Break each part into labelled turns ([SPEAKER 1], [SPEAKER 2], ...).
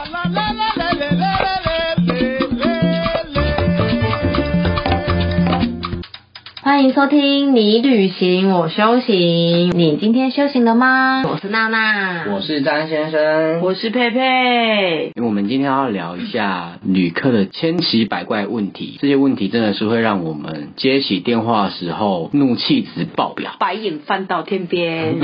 [SPEAKER 1] 啦啦啦啦啦啦啦啦啦。
[SPEAKER 2] 欢迎收听你旅行我修行，你今天修行了吗？我是娜娜，
[SPEAKER 3] 我是张先生，
[SPEAKER 2] 我是佩佩，
[SPEAKER 3] 我们今天要聊一下旅客的千奇百怪问题，这些问题真的是会让我们接起电话的时候怒气值爆表。
[SPEAKER 4] 白眼翻到 天边。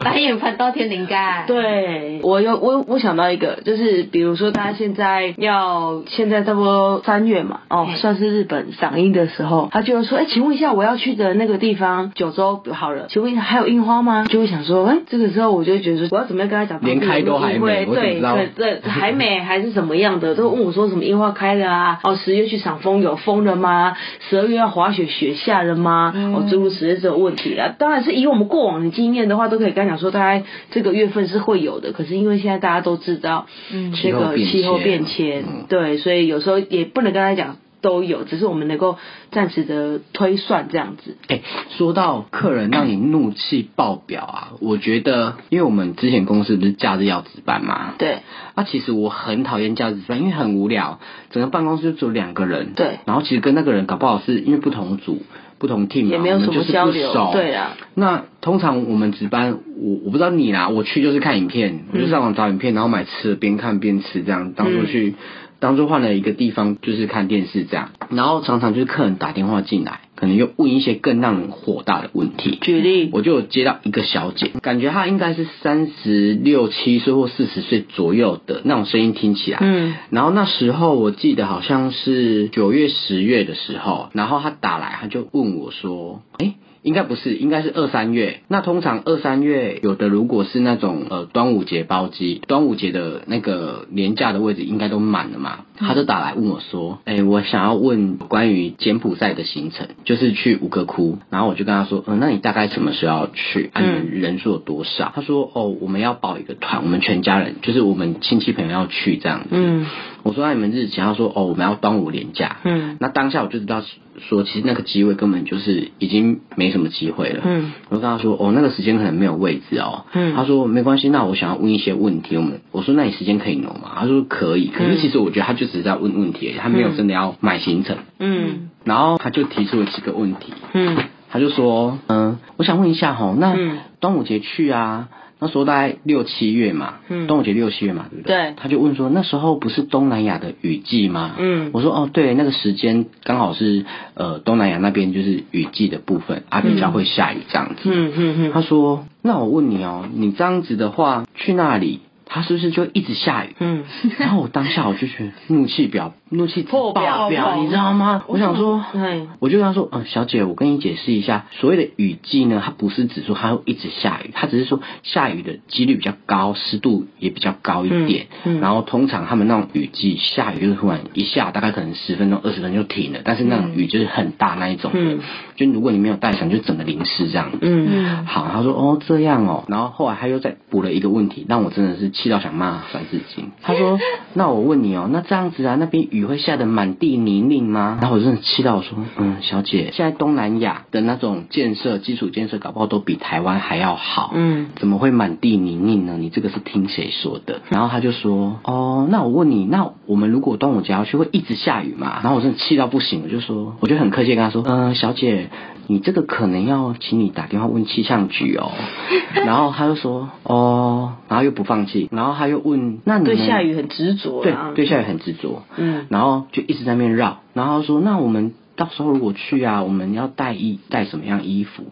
[SPEAKER 2] 白眼翻到天灵盖。，
[SPEAKER 4] 对，我有我我想到一个，就是比如说大家现在要现在差不多三月嘛，哦
[SPEAKER 2] 嗯，
[SPEAKER 4] 算是日本赏樱的时候，他就会说，哎，请问一下我要去的那个地方九州好了，请问一下还有樱花吗？就会想说，哎，这个时候我就会觉得说我要怎么样跟他讲，
[SPEAKER 3] 连开都还没
[SPEAKER 4] 因为
[SPEAKER 3] 我怎么
[SPEAKER 4] 对
[SPEAKER 3] 知道
[SPEAKER 4] 对对，还没还是怎么样的，都问我说什么樱花开了啊，哦，十月去赏枫有枫了吗？十二月要滑雪雪下了吗？哦，诸如此类这种问题啊，当然是以我们过往的经验的话，都可以跟他讲说，大概这个月份是会有的。可是因为现在大家都知道，
[SPEAKER 2] 嗯
[SPEAKER 4] 这个
[SPEAKER 3] 气
[SPEAKER 4] 气
[SPEAKER 3] 候
[SPEAKER 4] 候
[SPEAKER 3] 变
[SPEAKER 4] 变
[SPEAKER 3] 迁
[SPEAKER 4] 迁，
[SPEAKER 3] 嗯
[SPEAKER 4] 对，所以有时候也不能跟他讲都有，只是我们能够暂时的推算这样子。
[SPEAKER 3] 哎、说到客人让你怒气爆表啊，我觉得，因为我们之前公司不是假日要值班嘛，
[SPEAKER 4] 对
[SPEAKER 3] 啊，其实我很讨厌假日值班，因为很无聊，整个办公室就只有两个人。
[SPEAKER 4] 对
[SPEAKER 3] 然后其实跟那个人搞不好是因为不同组、不同 team，嘛啊
[SPEAKER 4] 也没有
[SPEAKER 3] 我们
[SPEAKER 4] 什么
[SPEAKER 3] 就是不
[SPEAKER 4] 交流
[SPEAKER 3] 熟
[SPEAKER 4] 对啊。
[SPEAKER 3] 那通常我们值班，我我不知道你啦，我去就是看影片，
[SPEAKER 4] 嗯
[SPEAKER 3] 我就上网找影片，然后买吃的，边看边吃，这样当做去，当做换了一个地方就是看电视这样。然后常常就是客人打电话进来，可能又问一些更让人火大的问题。
[SPEAKER 4] 举例，
[SPEAKER 3] 我就有接到一个小姐，感觉她应该是三十六七岁或四十岁左右的那种声音听起来。
[SPEAKER 4] 嗯
[SPEAKER 3] 然后那时候我记得好像是九月、十月的时候，然后她打来，她就问我说：“哎、应该不是，应该是二三月。那通常二三月有的如果是那种呃端午节包机，端午节的那个廉价的位置应该都满了嘛。他就打来问我说：“哎、我想要问关于柬埔寨的行程，就是去五个窟。”然后我就跟他说：“嗯、那你大概什么时候要去？啊，你们人数有多少？”他说：“哦，我们要报一个团，我们全家人，就是我们亲戚朋友要去这样子。”
[SPEAKER 4] 嗯
[SPEAKER 3] 我说那啊你们日期，他说哦，我们要端午连假。
[SPEAKER 4] 嗯
[SPEAKER 3] 那当下我就知道说，其实那个机会根本就是已经没什么机会了。
[SPEAKER 4] 嗯，
[SPEAKER 3] 我就跟他说哦，那个时间可能没有位置哦。
[SPEAKER 4] 嗯
[SPEAKER 3] 他说没关系，那我想要问一些问题。我们我说那你时间可以挪吗？他说可以，可
[SPEAKER 4] 嗯
[SPEAKER 3] 是其实我觉得他就只是在问问题而已，他没有真的要买行程。
[SPEAKER 4] 嗯
[SPEAKER 3] 然后他就提出了几个问题，
[SPEAKER 4] 嗯，
[SPEAKER 3] 他就说嗯，我想问一下吼，那
[SPEAKER 4] 嗯
[SPEAKER 3] 端午节去啊？那时候大概六七月嘛，
[SPEAKER 4] 嗯
[SPEAKER 3] 端午节六七月嘛，对不
[SPEAKER 4] 对
[SPEAKER 3] 他就问说，那时候不是东南亚的雨季吗？
[SPEAKER 4] 嗯
[SPEAKER 3] 我说哦，对，那个时间刚好是呃东南亚那边就是雨季的部分，啊比较会下雨这样子。
[SPEAKER 4] 嗯嗯
[SPEAKER 3] 他说，那我问你哦，你这样子的话去那里，它是不是就一直下 雨？
[SPEAKER 4] 嗯
[SPEAKER 3] 然后我当下我就觉得怒气表怒气值
[SPEAKER 4] 破表
[SPEAKER 3] 爆表，
[SPEAKER 4] 哦
[SPEAKER 3] 你知道吗？我想说，
[SPEAKER 4] 嗯，
[SPEAKER 3] 我就跟他说，嗯，小姐，我跟你解释一下，所谓的雨季呢，它不是指说它会一直下雨，它只是说下雨的几率比较高，湿度也比较高一点。
[SPEAKER 4] 嗯嗯
[SPEAKER 3] 然后通常他们那种雨季下雨就是突然一下，大概可能十分钟、二十分钟就停了，但是那种雨就是很大那一种的，
[SPEAKER 4] 嗯
[SPEAKER 3] 就如果你没有带伞，就整个淋湿这样子。
[SPEAKER 4] 嗯嗯
[SPEAKER 3] 好，他说哦这样哦，然后后来他又再补了一个问题，让我真的是气到想骂三字经。他说，那我问你哦，那这样子啊，那边雨会下得满地泥泞吗？然后我真的气到我说，嗯，小姐，现在东南亚的那种建设基础建设，搞不好都比台湾还要好。
[SPEAKER 4] 嗯
[SPEAKER 3] 怎么会满地泥泞呢？你这个是听谁说的？然后他就说，哦，那我问你，那我们如果端午节要去，会一直下雨吗？然后我真的气到不行，我就说，我就很客气地跟他说，嗯、小姐，你这个可能要请你打电话问气象局哦。 然后他就说，哦，然后又不放弃，然后他又问，
[SPEAKER 2] 嗯
[SPEAKER 3] 那你们
[SPEAKER 4] 对下雨很执着
[SPEAKER 3] 对
[SPEAKER 4] 啊，
[SPEAKER 3] 对下雨很执着，
[SPEAKER 4] 嗯
[SPEAKER 3] 然后就一直在那边绕，然后他说那我们到时候如果去啊，我们要带衣带什么样衣服？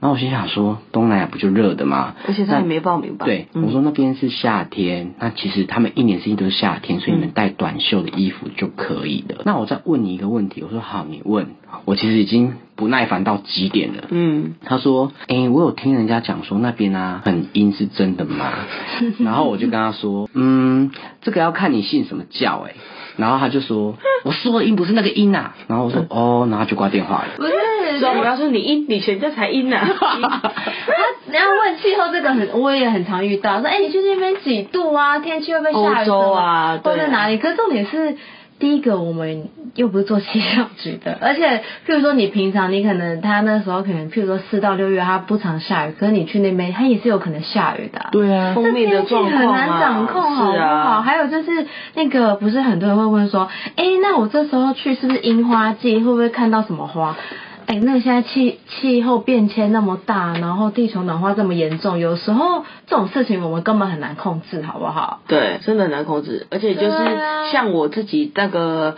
[SPEAKER 3] 然后我心想说，东南亚不就热的吗？
[SPEAKER 4] 而且他也
[SPEAKER 3] 那
[SPEAKER 4] 没报名吧
[SPEAKER 3] 对，
[SPEAKER 4] 嗯
[SPEAKER 3] 我说那边是夏天，那其实他们一年四季都是夏天，
[SPEAKER 4] 嗯
[SPEAKER 3] 所以你们带短袖的衣服就可以了。那我再问你一个问题，我说好，你问。我其实已经不耐烦到极点了。
[SPEAKER 4] 嗯
[SPEAKER 3] 他说：“诶，我有听人家讲说那边啊很阴，是真的 吗？”然后我就跟他说：“嗯，这个要看你信什么教诶。然后他就说：“我说的阴不是那个阴啊。”然后我
[SPEAKER 4] 嗯
[SPEAKER 3] 说：“哦。”然后他就挂电话了。
[SPEAKER 2] 不是，
[SPEAKER 4] 所以我要说你阴，你全家才阴啊 呐、
[SPEAKER 2] 他人家问气候这个很，我也很常遇到，说哎、你去那边几度啊？天气会不会下雨？
[SPEAKER 4] 欧洲啊
[SPEAKER 2] 或者
[SPEAKER 4] 对啊
[SPEAKER 2] 哪里？可是重点是。第一个我们又不是做气象局的，而且譬如说你平常你可能他那时候可能譬如说四到六月它不常下雨，可是你去那边它也是有可能下雨的啊、
[SPEAKER 3] 对啊，
[SPEAKER 4] 风面的状况
[SPEAKER 2] 很难掌控，好
[SPEAKER 4] 啊，
[SPEAKER 2] 不
[SPEAKER 4] 是
[SPEAKER 2] 好？
[SPEAKER 4] 啊，
[SPEAKER 2] 还有就是那个，不是很多人会问说，哎、那我这时候去是不是樱花季？会不会看到什么花？哎、那个现在气气候变迁那么大，然后地球暖化这么严重，有时候这种事情我们根本很难控制，好不好？
[SPEAKER 4] 对，真的很难控制，而且就
[SPEAKER 2] 对
[SPEAKER 4] 是
[SPEAKER 2] 啊
[SPEAKER 4] 像我自己那个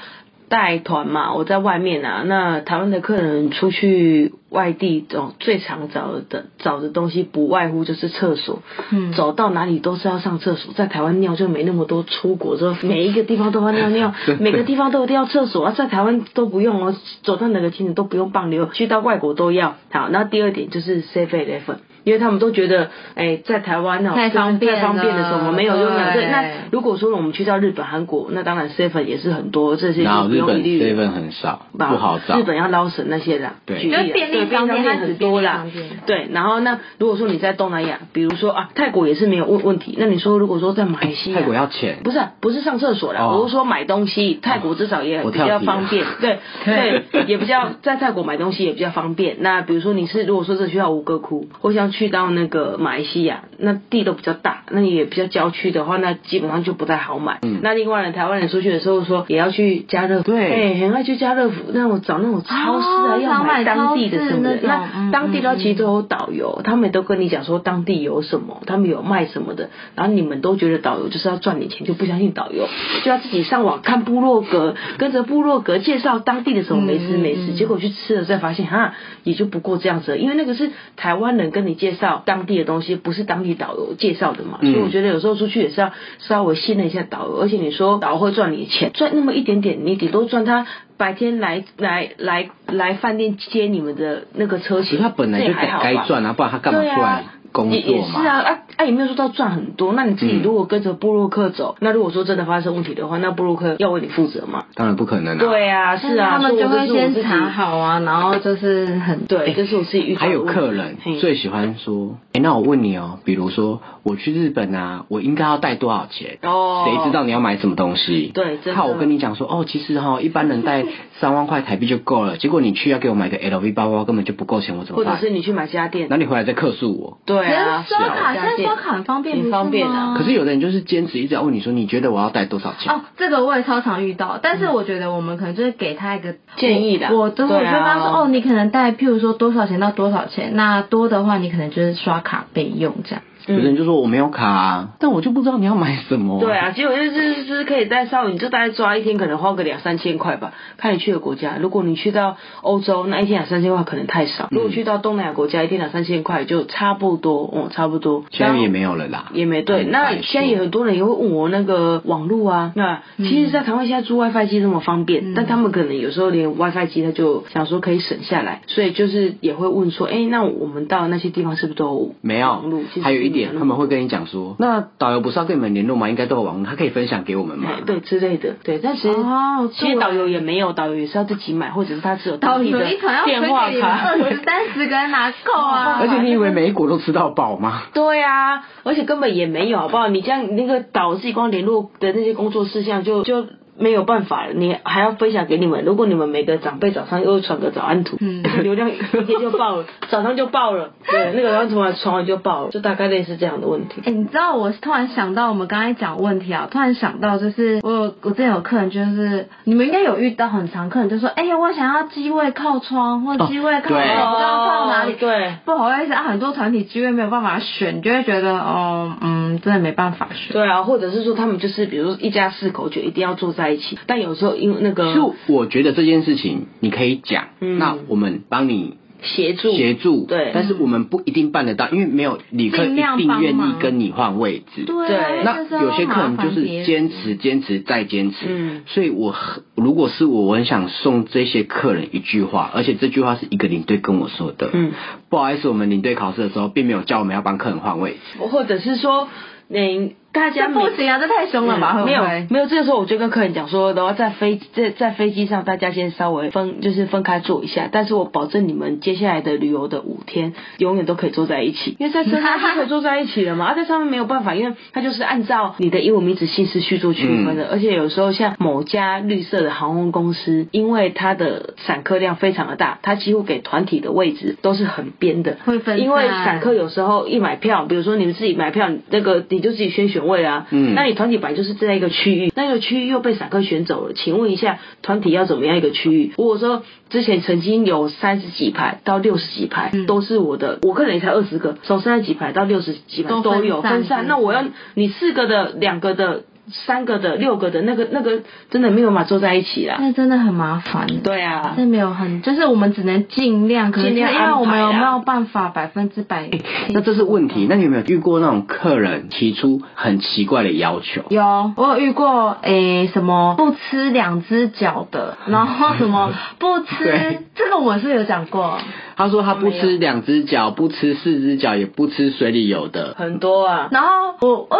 [SPEAKER 4] 带团嘛，我在外面啊，那台湾的客人出去外地，哦，最常找的找的东西不外乎就是厕所，
[SPEAKER 2] 嗯，
[SPEAKER 4] 走到哪里都是要上厕所，在台湾尿就没那么多，出国之后每一个地方都要 尿尿
[SPEAKER 3] 真，的
[SPEAKER 4] 每个地方都有要厕所啊，在台湾都不用哦，走到哪个景点都不用棒流，去到外国都要。好，那第二点就是 Safe Eleven。因为他们都觉得，哎、在台湾呢、
[SPEAKER 2] 太方便了
[SPEAKER 4] 就是太方便了，什么没有用尿。
[SPEAKER 2] 对
[SPEAKER 4] 对，那如果说我们去到日本、韩国，那当然 seven 也是很多，这些
[SPEAKER 3] 然后
[SPEAKER 4] 就不
[SPEAKER 3] 日
[SPEAKER 4] 用
[SPEAKER 3] 本
[SPEAKER 4] 一律
[SPEAKER 3] seven 很少，不
[SPEAKER 4] 吧
[SPEAKER 3] 好找。
[SPEAKER 4] 日本要捞神那些啦，
[SPEAKER 3] 对
[SPEAKER 4] 举例啦
[SPEAKER 2] 就是便利
[SPEAKER 4] 对
[SPEAKER 2] 商店
[SPEAKER 4] 便利
[SPEAKER 2] 它只
[SPEAKER 4] 很多啦
[SPEAKER 2] 便利商店。
[SPEAKER 4] 对，然后那如果说你在东南亚，比如说啊泰国也是没有问问题，那你说如果说在马来西亚，
[SPEAKER 3] 泰国要钱，
[SPEAKER 4] 不是啊不是上厕所啦，
[SPEAKER 3] 哦
[SPEAKER 4] 我是说买东西，泰国至少也
[SPEAKER 3] 我
[SPEAKER 4] 比
[SPEAKER 3] 跳
[SPEAKER 4] 较
[SPEAKER 3] 题了
[SPEAKER 4] 方便， 对对，也比较在泰国买东西也比较方便。那比如说你是如果说是去到吴哥窟，或像去到那个马来西亚，那地都比较大，那你也比较郊区的话，那基本上就不太好买。
[SPEAKER 3] 嗯
[SPEAKER 4] 那另外呢，台湾人出去的时候说也要去家乐福，
[SPEAKER 3] 对
[SPEAKER 4] 哎，很爱去家乐福，那我找那种超市啊，
[SPEAKER 2] 哦
[SPEAKER 4] 要买当地的什么的
[SPEAKER 2] 常买超市那种，嗯
[SPEAKER 4] 那当地的话
[SPEAKER 2] 嗯
[SPEAKER 4] 其实都有导游，他们都跟你讲说当地有什么，他们有卖什么的，然后你们都觉得导游就是要赚你钱，就不相信导游，就要自己上网看部落格，跟着部落格介绍当地的什么美食
[SPEAKER 2] 嗯嗯
[SPEAKER 4] 美食，
[SPEAKER 2] 嗯
[SPEAKER 4] 结果去吃了再发现哈，也就不过这样子了，因为那个是台湾人跟你介绍当地的东西，不是当地导游介绍的嘛，所
[SPEAKER 3] 嗯
[SPEAKER 4] 以我觉得有时候出去也是要稍微信任一下导游，而且你说导游会赚你钱，赚那么一点点，你顶多赚他。白天来来来来饭店接你们的那个车
[SPEAKER 3] 可是
[SPEAKER 4] 钱，
[SPEAKER 3] 他本来
[SPEAKER 4] 这
[SPEAKER 3] 就
[SPEAKER 4] 也还
[SPEAKER 3] 该
[SPEAKER 4] 好
[SPEAKER 3] 该
[SPEAKER 4] 吧
[SPEAKER 3] 赚啊，不然他干嘛
[SPEAKER 4] 对
[SPEAKER 3] 出来工
[SPEAKER 4] 也也
[SPEAKER 3] 作
[SPEAKER 4] 是
[SPEAKER 3] 嘛？
[SPEAKER 4] 啊，啊啊也没有说到赚很多。那你自己
[SPEAKER 3] 嗯
[SPEAKER 4] 如果跟着布洛克走，那如果说真的发生问题的话，那布洛克要为你负责嘛？
[SPEAKER 3] 当然不可能啊。
[SPEAKER 4] 对啊，是啊，
[SPEAKER 2] 他们
[SPEAKER 4] 所以
[SPEAKER 2] 就
[SPEAKER 4] 我
[SPEAKER 2] 会
[SPEAKER 4] 是我
[SPEAKER 2] 先
[SPEAKER 4] 自己
[SPEAKER 2] 查。好啊，然后就是很
[SPEAKER 4] 对，啊这是我自己遇到的
[SPEAKER 3] 哎还有
[SPEAKER 4] 问题
[SPEAKER 3] 客人
[SPEAKER 4] 嘿
[SPEAKER 3] 最喜欢说：“哎、那我问你哦，比如说我去日本啊，我应该要带多少钱？
[SPEAKER 4] 哦
[SPEAKER 3] 谁知道你要买什么东西？
[SPEAKER 4] 对真的
[SPEAKER 3] 靠！我跟你讲说，哦，其实哈、一般人带三万块台币就够了，结果你去要给我买个 LV 包包，根本就不够钱，我怎么
[SPEAKER 4] 或者
[SPEAKER 3] 办？
[SPEAKER 4] 是你去买家电
[SPEAKER 3] 然后，你回来再客诉我。
[SPEAKER 4] 对啊，
[SPEAKER 2] 可是刷卡
[SPEAKER 4] 是啊家
[SPEAKER 2] 现在
[SPEAKER 4] 电
[SPEAKER 2] 刷卡很方便
[SPEAKER 4] 很方便
[SPEAKER 2] 不是吗
[SPEAKER 4] 啊。
[SPEAKER 3] 可是有的人就是坚持一直要问你说，你觉得我要带多少钱？
[SPEAKER 2] 哦，这个我也超常遇到，但是我觉得我们可能就是给他一个
[SPEAKER 4] 建议啦
[SPEAKER 2] 我我对，我
[SPEAKER 4] 对啊
[SPEAKER 2] 就跟他说，哦，你可能带，譬如说多少钱到多少钱，那多的话你可能就是刷卡备用这样。
[SPEAKER 4] 嗯
[SPEAKER 3] 有的人就说我没有卡、啊，但我就不知道你要买什么。
[SPEAKER 4] 对啊，结果就是就是可以带稍微，你就大概抓一天，可能花个两三千块吧，看你去的国家。如果你去到欧洲，那一天两三千块可能太少；
[SPEAKER 3] 嗯
[SPEAKER 4] 如果去到东南亚国家，一天两三千块就差不多，哦、差不多。
[SPEAKER 3] 现在也
[SPEAKER 4] 没。
[SPEAKER 3] 没有了啦，
[SPEAKER 4] 也没对，
[SPEAKER 3] 很嗯
[SPEAKER 4] 那
[SPEAKER 3] 白
[SPEAKER 4] 现在
[SPEAKER 3] 说
[SPEAKER 4] 也很多人也会问我那个网络啊，那其实，在台湾现在租 WiFi 机这么方
[SPEAKER 2] 嗯
[SPEAKER 4] 便，但他们可能有时候连 WiFi 机他就想说可以省下来，所以就是也会问说，哎、那我们到那些地方是不是都有
[SPEAKER 3] 没
[SPEAKER 4] 网络
[SPEAKER 3] 有
[SPEAKER 4] 其，实
[SPEAKER 3] 还有一
[SPEAKER 4] 并没有
[SPEAKER 3] 点，
[SPEAKER 4] 那
[SPEAKER 3] 他
[SPEAKER 4] 么
[SPEAKER 3] 们会跟你讲
[SPEAKER 2] 嗯
[SPEAKER 3] 说，那导游不是要跟你们联络吗？应该都有网络，他可以分享给我们吗
[SPEAKER 4] 哎？对之类的，对，但其实、
[SPEAKER 2] 哦
[SPEAKER 4] 其
[SPEAKER 2] 对
[SPEAKER 4] 实导游也没有，导游也是要自己买，或者是他只有
[SPEAKER 2] 导
[SPEAKER 4] 当地
[SPEAKER 2] 游
[SPEAKER 4] 的
[SPEAKER 2] 一团要分
[SPEAKER 4] 电话
[SPEAKER 2] 给你们
[SPEAKER 4] 卡
[SPEAKER 2] 二。十三十个人哪够啊？
[SPEAKER 3] 而且你以为每一国都吃到饱吗？
[SPEAKER 4] 对啊，而且根本也没有，好不好？你这样那个导自己光联络的那些工作事项就就没有办法了，你还要分享给你们。如果你们每个长辈早上又传个早安图，
[SPEAKER 2] 嗯
[SPEAKER 4] 流量一天就爆 了，早上就爆了，对，那个早上传完传完就爆了，就大概类似这样的问题。
[SPEAKER 2] 哎、你知道我突然想到，我们刚才讲问题啊，突然想到就是我有我之前有客人，就是你们应该有遇到很常客人就说，哎、呀，我想要机位靠窗或
[SPEAKER 3] 哦
[SPEAKER 2] 机位靠
[SPEAKER 3] 对
[SPEAKER 2] 门，哎我不知道放哪里。
[SPEAKER 4] 哦对
[SPEAKER 2] 不好意思啊，很多团体机位没有办法选，你就会觉得哦，嗯，真的没办法选。
[SPEAKER 4] 对啊，或者是说他们就是比如说一家四口就一定要坐在一起，但有时候因为那
[SPEAKER 2] 啊
[SPEAKER 3] 其实
[SPEAKER 4] 个
[SPEAKER 3] 我觉得这件事情你可以讲，
[SPEAKER 4] 嗯
[SPEAKER 3] 那我们帮你
[SPEAKER 4] 协助
[SPEAKER 3] 协助，
[SPEAKER 4] 对
[SPEAKER 3] 但是我们不一定办得到，因为没有旅客一
[SPEAKER 2] 尽量
[SPEAKER 3] 定
[SPEAKER 2] 帮忙
[SPEAKER 3] 愿意跟你换位置。
[SPEAKER 2] 对啊，
[SPEAKER 4] 对
[SPEAKER 3] 那
[SPEAKER 2] 就是要
[SPEAKER 3] 有些客人
[SPEAKER 2] 麻烦
[SPEAKER 3] 就是
[SPEAKER 2] 别人
[SPEAKER 3] 坚持、坚持再坚持，
[SPEAKER 4] 嗯
[SPEAKER 3] 所以我很如果是我，我很想送这些客人一句话，而且这句话是一个领队跟我说的，
[SPEAKER 4] 嗯，
[SPEAKER 3] 不好意思，我们领队考试的时候并没有叫我们要帮客人换位置，
[SPEAKER 4] 或者是说，你、嗯大家
[SPEAKER 2] 这
[SPEAKER 4] 每
[SPEAKER 2] 不行啊，这太凶了吧？
[SPEAKER 4] 嗯
[SPEAKER 2] 会不
[SPEAKER 4] 没有
[SPEAKER 2] 会
[SPEAKER 4] 没有，这个时候我就跟客人讲说，然后在飞在在飞机上，大家先稍微分就是分开坐一下，但是我保证你们接下来的旅游的五天，永远都可以坐在一起，因为在车上就可以坐在一起了嘛。啊，在上面没有办法，因为它就是按照你的英文名字、姓氏去做区分的，而且有时候像某家绿色的航空公司，因为它的散客量非常的大，它几乎给团体的位置都是很边的，
[SPEAKER 2] 会分散
[SPEAKER 4] 因为散客有时候一买票，比如说你们自己买票，你那个你就自己先选位啊，
[SPEAKER 3] 嗯
[SPEAKER 4] 那你团体本来就是在一个区域，那个区域又被散客选走了，请问一下团体要怎么样一个区域？如果说之前曾经有三十几排到六十几排、
[SPEAKER 2] 嗯
[SPEAKER 4] 都是我的，我个人也才二十个，从三十几排到六十几排
[SPEAKER 2] 都分
[SPEAKER 4] 都有
[SPEAKER 2] 散
[SPEAKER 4] 分
[SPEAKER 2] 分散
[SPEAKER 4] 散，那我要你四个的、两个的、三个的、六个的那个那个真的没有办法坐在一起啦。
[SPEAKER 2] 那真的很麻烦。
[SPEAKER 4] 对啊，
[SPEAKER 2] 这没有很，就是我们只能尽量，可是
[SPEAKER 4] 尽量
[SPEAKER 2] 因为我们
[SPEAKER 4] 安排
[SPEAKER 2] 有
[SPEAKER 4] 啊
[SPEAKER 2] 没有办法百分之 百？
[SPEAKER 4] 哎
[SPEAKER 3] 那这是问题。那你有没有遇过那种客人提出很奇怪的要求？
[SPEAKER 2] 有，我有遇过诶、什么不吃两只脚的，然后什 么不吃
[SPEAKER 3] 对，
[SPEAKER 2] 这个我是有讲过，
[SPEAKER 3] 他说他不
[SPEAKER 4] 没
[SPEAKER 3] 吃两只脚，不吃四只脚，也不吃水里游的。
[SPEAKER 4] 很多啊。
[SPEAKER 2] 然后我我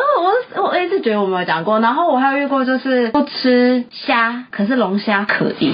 [SPEAKER 2] 我我一直觉得我没有讲过，然后我还有遇过就是不吃虾，可是龙虾可以，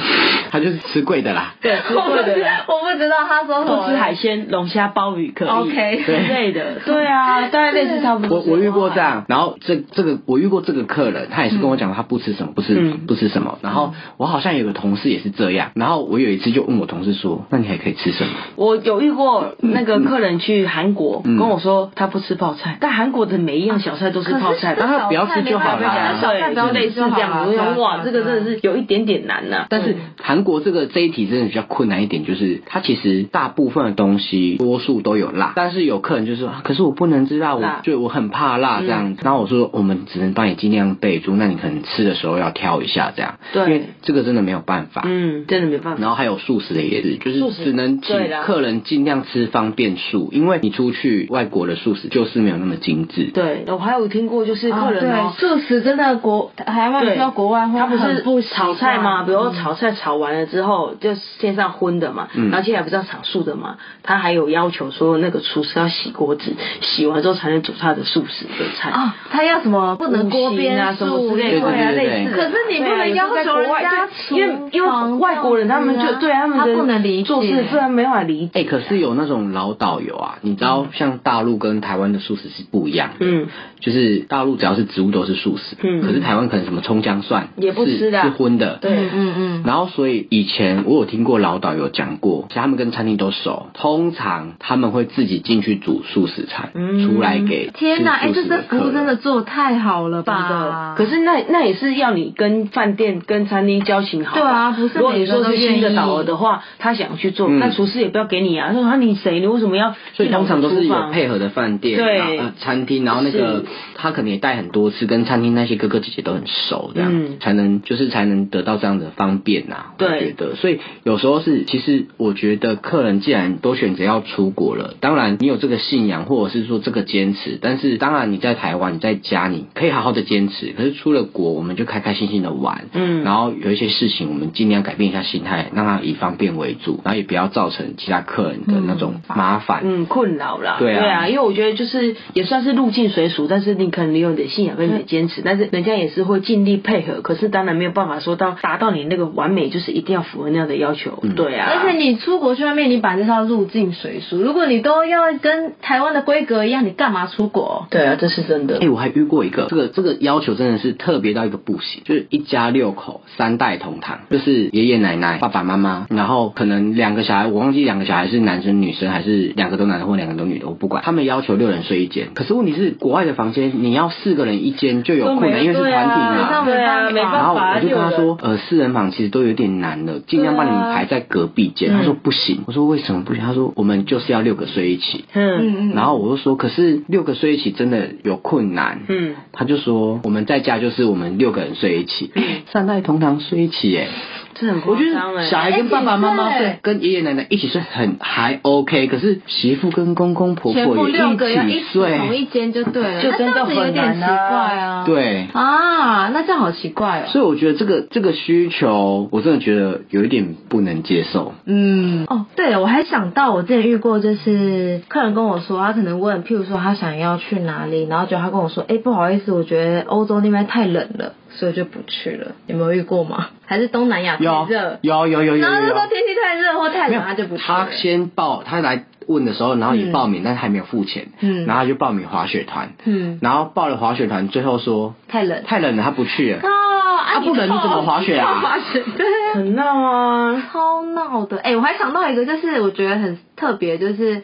[SPEAKER 3] 他就是吃贵的啦。
[SPEAKER 4] 对，吃
[SPEAKER 2] 我不
[SPEAKER 4] 过的
[SPEAKER 2] 知
[SPEAKER 4] 啦
[SPEAKER 2] 我不知道他说什么，
[SPEAKER 4] 不吃海鲜、龙虾、鲍鱼可以
[SPEAKER 2] 哦 OK
[SPEAKER 4] 之类的，对啊，大概类似差不多。
[SPEAKER 3] 我我遇过这，样，然后这这个我遇过这个客人，他也是跟我讲他不吃什么，不吃、
[SPEAKER 4] 嗯
[SPEAKER 3] 不吃什么。然后我好像有个同事也是这样，然后我有一次就问我同事说，那你还可以吃什么？
[SPEAKER 4] 我有遇过那个客人去韩国，
[SPEAKER 3] 嗯
[SPEAKER 4] 跟我说他不吃泡菜，但韩国的每一样小菜都是泡菜
[SPEAKER 2] 啊可
[SPEAKER 4] 吧。
[SPEAKER 2] 是
[SPEAKER 3] 那他不要吃就好了
[SPEAKER 2] 小菜
[SPEAKER 3] 啊
[SPEAKER 2] 小菜
[SPEAKER 4] 对，
[SPEAKER 2] 不要
[SPEAKER 4] 就类
[SPEAKER 2] 吃
[SPEAKER 4] 似
[SPEAKER 2] 就好
[SPEAKER 4] 这样
[SPEAKER 2] 了
[SPEAKER 4] 子，我
[SPEAKER 2] 对
[SPEAKER 4] 想
[SPEAKER 2] 啊
[SPEAKER 4] 哇，
[SPEAKER 2] 对
[SPEAKER 4] 这个真的是有一点点难啊呐。
[SPEAKER 3] 但是
[SPEAKER 2] 对
[SPEAKER 3] 韩国这个这一题真的比较困难一点，就是它其实大部分的东西多数都有辣，但是有客人就说，啊可是我不能吃辣，我
[SPEAKER 4] 辣嗯
[SPEAKER 3] 对我很怕辣这样。然后我说，我们只能帮你尽量备注，那你可能吃的时候要挑一下这样，
[SPEAKER 4] 对
[SPEAKER 3] 因为这个真的没有办法。
[SPEAKER 4] 嗯，真的没办
[SPEAKER 3] 然
[SPEAKER 4] 法。
[SPEAKER 3] 后还有素食的也是，就
[SPEAKER 4] 素
[SPEAKER 3] 是
[SPEAKER 4] 食
[SPEAKER 3] 只能请
[SPEAKER 4] 对啦
[SPEAKER 3] 客人尽量吃方便素，因为你出去外国的素食就是没有那么精致。
[SPEAKER 4] 对，我还有听过就是客人
[SPEAKER 2] 啊
[SPEAKER 4] 哦，
[SPEAKER 2] 对，素食真的国台湾
[SPEAKER 4] 对，
[SPEAKER 2] 到国外会
[SPEAKER 4] 他不
[SPEAKER 2] 很
[SPEAKER 4] 是
[SPEAKER 2] 不习
[SPEAKER 4] 炒菜
[SPEAKER 2] 惯
[SPEAKER 4] 嘛？比如说
[SPEAKER 2] 嗯
[SPEAKER 4] 炒菜炒完了之后，就先上荤的嘛，然后接下来不是要炒素的嘛？他还有要求说那个厨师要洗锅子，洗完之后才能煮他的素食的菜。
[SPEAKER 2] 啊，他要什么不能锅边
[SPEAKER 4] 五星啊什么之类
[SPEAKER 2] 素
[SPEAKER 4] 的，
[SPEAKER 3] 对
[SPEAKER 4] 啊，
[SPEAKER 3] 对
[SPEAKER 4] 类
[SPEAKER 3] 对
[SPEAKER 4] 似的。
[SPEAKER 2] 可是你不能
[SPEAKER 4] 对啊
[SPEAKER 2] 要求人家
[SPEAKER 4] 对因为因
[SPEAKER 2] 厨房
[SPEAKER 4] 为外国人他们
[SPEAKER 2] 这样
[SPEAKER 4] 就
[SPEAKER 2] 子啊
[SPEAKER 4] 对他们
[SPEAKER 2] 他
[SPEAKER 4] 的
[SPEAKER 2] 不能理解
[SPEAKER 4] 做事虽然没法理解。
[SPEAKER 3] 哎、可是有那种老导游啊，你知道，像大陆跟台湾的素食是不一样的。
[SPEAKER 4] 嗯，
[SPEAKER 3] 就是大陆只要是植物都是素食，
[SPEAKER 4] 嗯
[SPEAKER 3] 可是台湾可能什么葱姜蒜
[SPEAKER 4] 也不
[SPEAKER 3] 是
[SPEAKER 4] 吃的啊
[SPEAKER 3] 是荤的，
[SPEAKER 4] 对
[SPEAKER 2] 嗯嗯嗯，
[SPEAKER 3] 然后，所以以前我有听过老导有讲过，其实他们跟餐厅都熟，通常他们会自己进去煮素食餐，
[SPEAKER 4] 嗯
[SPEAKER 3] 出来给
[SPEAKER 2] 天
[SPEAKER 3] 哪，
[SPEAKER 2] 哪，哎，这这服务真的做得太好了
[SPEAKER 4] 真的
[SPEAKER 2] 吧？
[SPEAKER 4] 可是那那也是要你跟饭店、跟餐厅交情好吧。
[SPEAKER 2] 对啊不是
[SPEAKER 4] 如果你说是新
[SPEAKER 2] 每个
[SPEAKER 4] 的
[SPEAKER 2] 都愿意
[SPEAKER 4] 导游的话，他想去做，
[SPEAKER 3] 嗯
[SPEAKER 4] 那厨师也不要给你啊。他说啊你谁？你为什么要
[SPEAKER 3] 所以
[SPEAKER 4] 去老
[SPEAKER 3] 通常都
[SPEAKER 4] 厨
[SPEAKER 3] 是有
[SPEAKER 4] 房
[SPEAKER 3] 配合的饭店，
[SPEAKER 4] 对
[SPEAKER 3] 然后呃餐厅，然后那个
[SPEAKER 4] 是
[SPEAKER 3] 他可能也带很多次，跟餐厅那些哥哥姐姐都很熟，这样、
[SPEAKER 4] 嗯
[SPEAKER 3] 才能就是才能得到这样的方便呐、
[SPEAKER 4] 对
[SPEAKER 3] 我觉得，所以有时候是其实我觉得客人既然都选择要出国了，当然你有这个信仰或者是说这个坚持，但是当然你在台湾你在家你可以好好的坚持，可是出了国我们就开开心心的玩，
[SPEAKER 4] 嗯
[SPEAKER 3] 然后有一些事情我们尽量改变一下心态，让它以方便为主，然后也不要造成其他客人的那种麻烦。
[SPEAKER 4] 嗯困扰啦，
[SPEAKER 3] 对啊
[SPEAKER 4] 因为我觉得就是也算是入境随俗，但是你可能有你的信仰跟你的坚持，但是人家也是会尽力配合，可是当然没有办法说到达到你那个完美，就是一定要符合那样的要求，
[SPEAKER 3] 嗯
[SPEAKER 4] 对啊，
[SPEAKER 2] 而且你出国去外面，你把这套入境水俗，如果你都要跟台湾的规格一样，你干嘛出国？
[SPEAKER 4] 对啊，这是真的
[SPEAKER 3] 哎、，我还遇过一个，这个这个要求真的是特别到一个不行，就是一家六口三代同堂，就是爷爷奶奶、爸爸妈妈，然后可能两个小孩，我忘记两个小孩是男生女生还是两个都男的或两个都女的，我不管。他们要求六人睡一间，可是问题是国外的房间你要四个人一间就有
[SPEAKER 4] 都
[SPEAKER 3] 困
[SPEAKER 4] 没
[SPEAKER 3] 难，因为是团体
[SPEAKER 4] 对
[SPEAKER 3] 嘛
[SPEAKER 4] 啊。对啊，没
[SPEAKER 3] 然
[SPEAKER 4] 办
[SPEAKER 3] 后
[SPEAKER 4] 法，
[SPEAKER 3] 我就跟他
[SPEAKER 4] 六
[SPEAKER 3] 说
[SPEAKER 4] 人，，啊
[SPEAKER 3] 呃，四人房其实都有点难了，尽量帮你们排在隔壁间。
[SPEAKER 4] 对啊
[SPEAKER 3] 他说不行，我说为什么不行？他说我们就是要六个睡一起。
[SPEAKER 4] 嗯
[SPEAKER 2] 嗯嗯，
[SPEAKER 3] 然后我就说，可是六个睡一起真的有困难。
[SPEAKER 4] 嗯
[SPEAKER 3] 他就说我们在家就是我们六个人睡一一起，
[SPEAKER 2] 嗯
[SPEAKER 3] 三代同堂睡一起，哎，
[SPEAKER 4] 这很
[SPEAKER 3] 我
[SPEAKER 4] 夸
[SPEAKER 3] 觉
[SPEAKER 4] 张
[SPEAKER 3] 得
[SPEAKER 4] 哎。
[SPEAKER 3] 小孩跟爸爸妈妈
[SPEAKER 2] 欸哎
[SPEAKER 3] 睡，跟爷爷奶奶一起睡很还 OK，可是媳妇跟公公婆
[SPEAKER 2] 全部
[SPEAKER 3] 婆也
[SPEAKER 2] 六个要
[SPEAKER 3] 起
[SPEAKER 2] 一起同
[SPEAKER 3] 睡，
[SPEAKER 2] 一间就对了，
[SPEAKER 4] 就真
[SPEAKER 2] 那
[SPEAKER 4] 的
[SPEAKER 2] 这样子有点
[SPEAKER 4] 很
[SPEAKER 2] 奇
[SPEAKER 4] 难啊
[SPEAKER 2] 怪啊。
[SPEAKER 3] 对，
[SPEAKER 2] 啊，那这样好奇怪哦。
[SPEAKER 3] 所以我觉得这个这个需求，我真的觉得有一点不能接受。
[SPEAKER 4] 嗯，
[SPEAKER 2] 哦，对了，我还想到我之前遇过，就是客人跟我说，他可能问，譬如说他想要去哪里，然后就他跟我说，哎，不好意思，我觉得欧洲那边太冷了，所以我就不去了。你们有遇过吗？还是东南亚太热？
[SPEAKER 3] 有有有有有
[SPEAKER 2] 然后他
[SPEAKER 3] 有
[SPEAKER 2] 说天气太热或太
[SPEAKER 3] 没有
[SPEAKER 2] 冷，他就不去了。
[SPEAKER 3] 他先报，他来问的时候，然后也报名，但是还没有付钱，
[SPEAKER 2] 嗯
[SPEAKER 3] 然后他就报名滑雪团，
[SPEAKER 2] 嗯
[SPEAKER 3] 然后报了滑雪团，最后说
[SPEAKER 2] 太冷。
[SPEAKER 3] 太冷了，他不去了。
[SPEAKER 2] 哦，啊
[SPEAKER 3] 啊不冷你怎么滑雪啊
[SPEAKER 2] 你滑雪对啊。
[SPEAKER 4] 很闹啊。
[SPEAKER 2] 超闹的。哎、我还想到一个，就是我觉得很特别，就是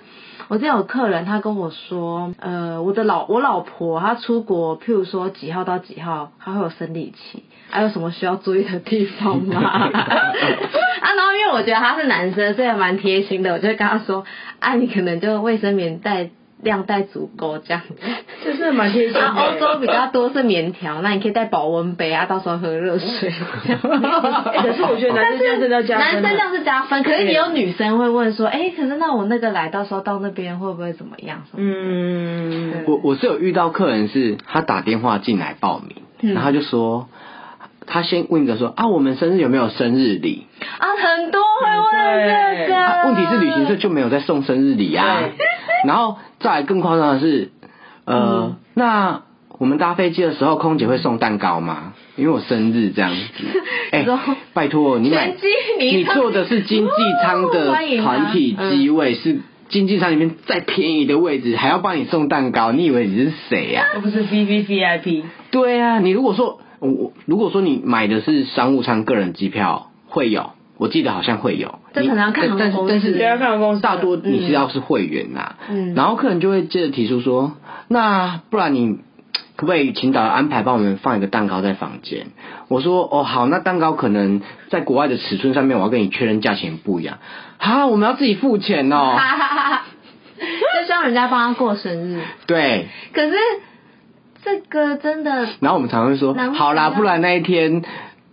[SPEAKER 2] 我之前有客人他跟我说，呃，我的老我老婆她出国，譬如说几号到几号，她会有生理期，还、有什么需要注意的地方吗？啊，然后因为我觉得他是男生，所以还蛮贴心的，我就会跟他说，啊，你可能就卫生棉带量带足够这样子。
[SPEAKER 4] 这真的蛮贴心的。
[SPEAKER 2] 啊，欧洲比较多是棉条，那你可以带保温杯啊，到时候喝热水。
[SPEAKER 4] 可是我觉得男生这样真的要加分啊
[SPEAKER 2] 男生这样是加分，可是也有女生会问说，哎、可是那我那个来，到时候到那边会不会怎么样？什么？
[SPEAKER 4] 嗯，
[SPEAKER 3] 我我是有遇到客人是，他打电话进来报名，
[SPEAKER 2] 嗯
[SPEAKER 3] 然后他就说，他先问一个说啊，我们生日有没有生日礼？
[SPEAKER 2] 啊，很多会问这个。
[SPEAKER 3] 啊问题是旅行社就没有在送生日礼啊
[SPEAKER 4] 对。
[SPEAKER 3] 然后再来更夸张的是，呃，
[SPEAKER 2] 嗯
[SPEAKER 3] 那我们搭飞机的时候，空姐会送蛋糕吗？因为我生日这 样子。哎、
[SPEAKER 2] 你说
[SPEAKER 3] 拜托你买
[SPEAKER 2] 全机，你
[SPEAKER 3] 你坐的是经济舱
[SPEAKER 2] 哦
[SPEAKER 3] 的
[SPEAKER 2] 欢迎啊嗯
[SPEAKER 3] 团体机位，是经济舱里面再便宜的位置，还要帮你送蛋糕，你以为你是谁啊呀、
[SPEAKER 4] 我不是 V V V I P。
[SPEAKER 3] 对啊，你如果说我我如果说你买的是商务舱个人机票，会有，我记得好像会有。
[SPEAKER 2] 这可能要看
[SPEAKER 3] 你但
[SPEAKER 2] 航空
[SPEAKER 3] 但是
[SPEAKER 2] 公司
[SPEAKER 3] 但是
[SPEAKER 4] 对要看航空公司的啊嗯
[SPEAKER 3] 大多你是要是会员呐、
[SPEAKER 2] 嗯
[SPEAKER 3] 然后客人就会接着提出说，那不然你。可不可以请导游安排帮我们放一个蛋糕在房间？我说哦好，那蛋糕可能在国外的尺寸上面，我要跟你确认价钱不一样。啊，我们要自己付钱哦。
[SPEAKER 2] 哈哈哈哈， 就希望人家帮他过生日。
[SPEAKER 3] 对，
[SPEAKER 2] 可是这个真的
[SPEAKER 3] 然后我们常会说
[SPEAKER 2] 难，怪
[SPEAKER 3] 好啦，
[SPEAKER 2] 啊
[SPEAKER 3] 不然那一天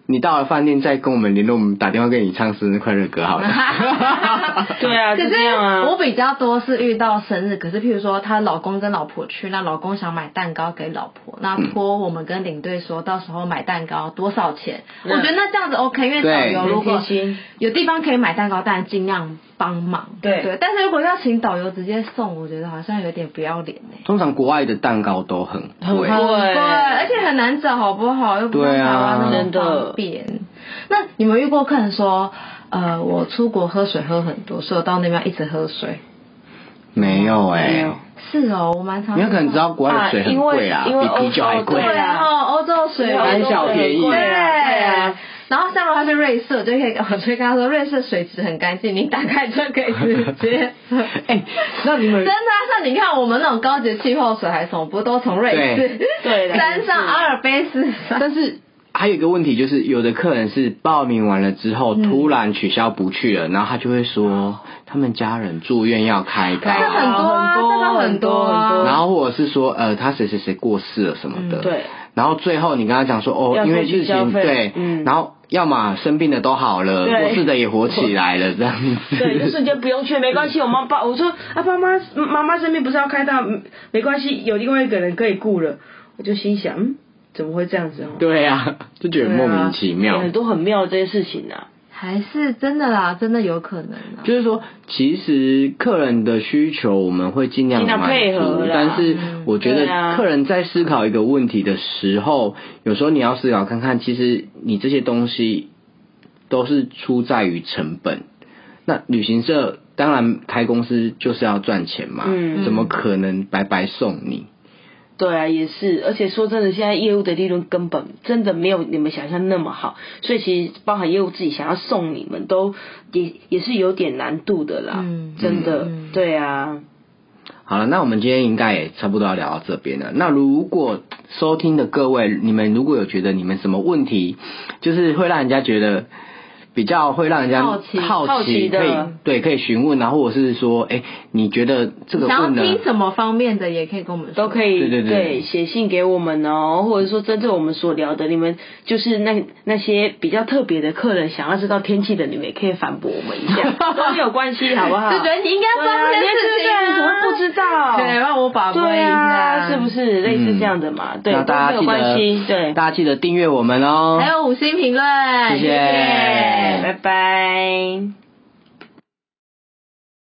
[SPEAKER 3] 你到了饭店再跟我们联络，我们打电话跟你唱生日快乐歌好了。
[SPEAKER 4] 对啊，
[SPEAKER 2] 可
[SPEAKER 4] 就是这样啊。
[SPEAKER 2] 我比较多是遇到生日，可是譬如说她老公跟老婆去，那老公想买蛋糕给老婆，那托我们跟领队说，到时候买蛋糕多少钱？
[SPEAKER 4] 嗯
[SPEAKER 2] 我觉得那这样子 OK，因为导游
[SPEAKER 3] 对
[SPEAKER 2] 如果
[SPEAKER 4] 很贴心
[SPEAKER 2] 有地方可以买蛋糕，当然尽量帮忙。
[SPEAKER 4] 对
[SPEAKER 2] 对，但是如果要请导游直接送，我觉得好像有点不要脸哎、
[SPEAKER 3] 通常国外的蛋糕都很贵，
[SPEAKER 4] 很贵
[SPEAKER 2] 对，而且很难找，好不好？又不像
[SPEAKER 3] 对
[SPEAKER 2] 台
[SPEAKER 3] 啊
[SPEAKER 2] 湾那
[SPEAKER 4] 真
[SPEAKER 2] 么
[SPEAKER 4] 的
[SPEAKER 2] 方便。那你们遇过客人说，呃，我出国喝水喝很多，所以我到那边要一直喝水。
[SPEAKER 3] 没有哎、
[SPEAKER 4] 没有
[SPEAKER 2] 是哦，我蛮常。
[SPEAKER 3] 你有可能知道，国外的水很贵啦，
[SPEAKER 4] 啊因为因为
[SPEAKER 3] 比啤酒还贵
[SPEAKER 2] 对。哦，欧洲水
[SPEAKER 3] 还蛮小便宜
[SPEAKER 2] 对。
[SPEAKER 3] 对
[SPEAKER 4] 啊，
[SPEAKER 2] 然后下楼他去瑞士，我就可以，我就跟他说，瑞士水质很干净，你打开就可以直接喝。
[SPEAKER 3] 哎那你 们
[SPEAKER 2] 真的啊，像你看我们那种高级气候水还是什么，不都从瑞士
[SPEAKER 4] 对对的
[SPEAKER 2] 山上阿尔卑斯山？
[SPEAKER 3] 但是还有一个问题就是，有的客人是报名完了之后突然取消不去了，然后他就会说他们家人住院要开刀，
[SPEAKER 2] 这很多啊，
[SPEAKER 4] 很多
[SPEAKER 2] 这个很多
[SPEAKER 4] 很多
[SPEAKER 2] 啊。
[SPEAKER 3] 然后或者是说呃他谁谁谁过世了什么的，
[SPEAKER 2] 嗯
[SPEAKER 4] 对。
[SPEAKER 3] 然后最后你跟他讲说哦
[SPEAKER 4] 要，
[SPEAKER 3] 因为
[SPEAKER 4] 过去
[SPEAKER 3] 疫
[SPEAKER 4] 消
[SPEAKER 3] 情
[SPEAKER 4] 费
[SPEAKER 3] 对，
[SPEAKER 4] 嗯
[SPEAKER 3] 然后要么生病的都好了，
[SPEAKER 4] 对
[SPEAKER 3] 过世的也活起来了这样子。
[SPEAKER 4] 对，就瞬间不用去，没关系。我妈爸，我说啊，爸妈妈妈生病不是要开刀，嗯没关系，有另外一个人可以顾了。我就心想，嗯，怎么会这样子哦？
[SPEAKER 3] 对啊，就觉得莫名其妙。
[SPEAKER 4] 对啊很多很妙的这些事情啊。
[SPEAKER 2] 还是真的啦，真的有可能啊。
[SPEAKER 3] 就是说，其实客人的需求我们会尽量
[SPEAKER 4] 尽量
[SPEAKER 3] 满
[SPEAKER 4] 配合
[SPEAKER 3] 足，
[SPEAKER 4] 啦
[SPEAKER 3] 但是我觉
[SPEAKER 4] 对啊
[SPEAKER 3] 得客人在思考一个问题的时候，有时候你要思考看看，其实你这些东西都是出在于成本。那旅行社当然开公司就是要赚钱嘛，
[SPEAKER 4] 嗯
[SPEAKER 3] 怎么可能白白送你？
[SPEAKER 4] 对啊，也是，而且说真的，现在业务的利润根本真的没有你们想象那么好，所以其实包含业务自己想要送你们都也也是有点难度的啦，
[SPEAKER 2] 嗯
[SPEAKER 4] 啊真的，
[SPEAKER 2] 嗯
[SPEAKER 4] 对啊，
[SPEAKER 3] 好了，那我们今天应该也差不多要聊到这边了。那如果收听的各位，你们如果有觉得你们什么问题，就是会让人家觉得比较会让人家
[SPEAKER 2] 好奇
[SPEAKER 4] 好奇的
[SPEAKER 3] 可以对可以询问，然后或者是说，哎、你觉得这个
[SPEAKER 2] 想
[SPEAKER 3] 问
[SPEAKER 2] 要
[SPEAKER 3] 的
[SPEAKER 2] 听什么方面的也可以跟我们说，
[SPEAKER 4] 都可以
[SPEAKER 3] 对对对
[SPEAKER 4] 写信给我们哦，或者说针对我们所聊的，你们就是那那些比较特别的客人想要知道天气的，你们也可以反驳我们一 下，都有关系，好不好？
[SPEAKER 2] 对对，你应该
[SPEAKER 4] 对
[SPEAKER 2] 说
[SPEAKER 4] 啊，
[SPEAKER 2] 这
[SPEAKER 4] 你
[SPEAKER 2] 件事
[SPEAKER 4] 对
[SPEAKER 2] 情、
[SPEAKER 4] 对，你怎么会不知道？
[SPEAKER 2] 对，让我把关
[SPEAKER 4] 对
[SPEAKER 2] 一
[SPEAKER 4] 啊，
[SPEAKER 2] 下，
[SPEAKER 4] 是不？是类似这样的嘛？对，
[SPEAKER 3] 那嗯大家
[SPEAKER 4] 都没有
[SPEAKER 3] 记
[SPEAKER 4] 关
[SPEAKER 3] 得
[SPEAKER 4] 系，对，
[SPEAKER 3] 大家记得订阅我们哦。
[SPEAKER 2] 还有五星评论，
[SPEAKER 3] 谢谢
[SPEAKER 2] 谢
[SPEAKER 4] 拜拜。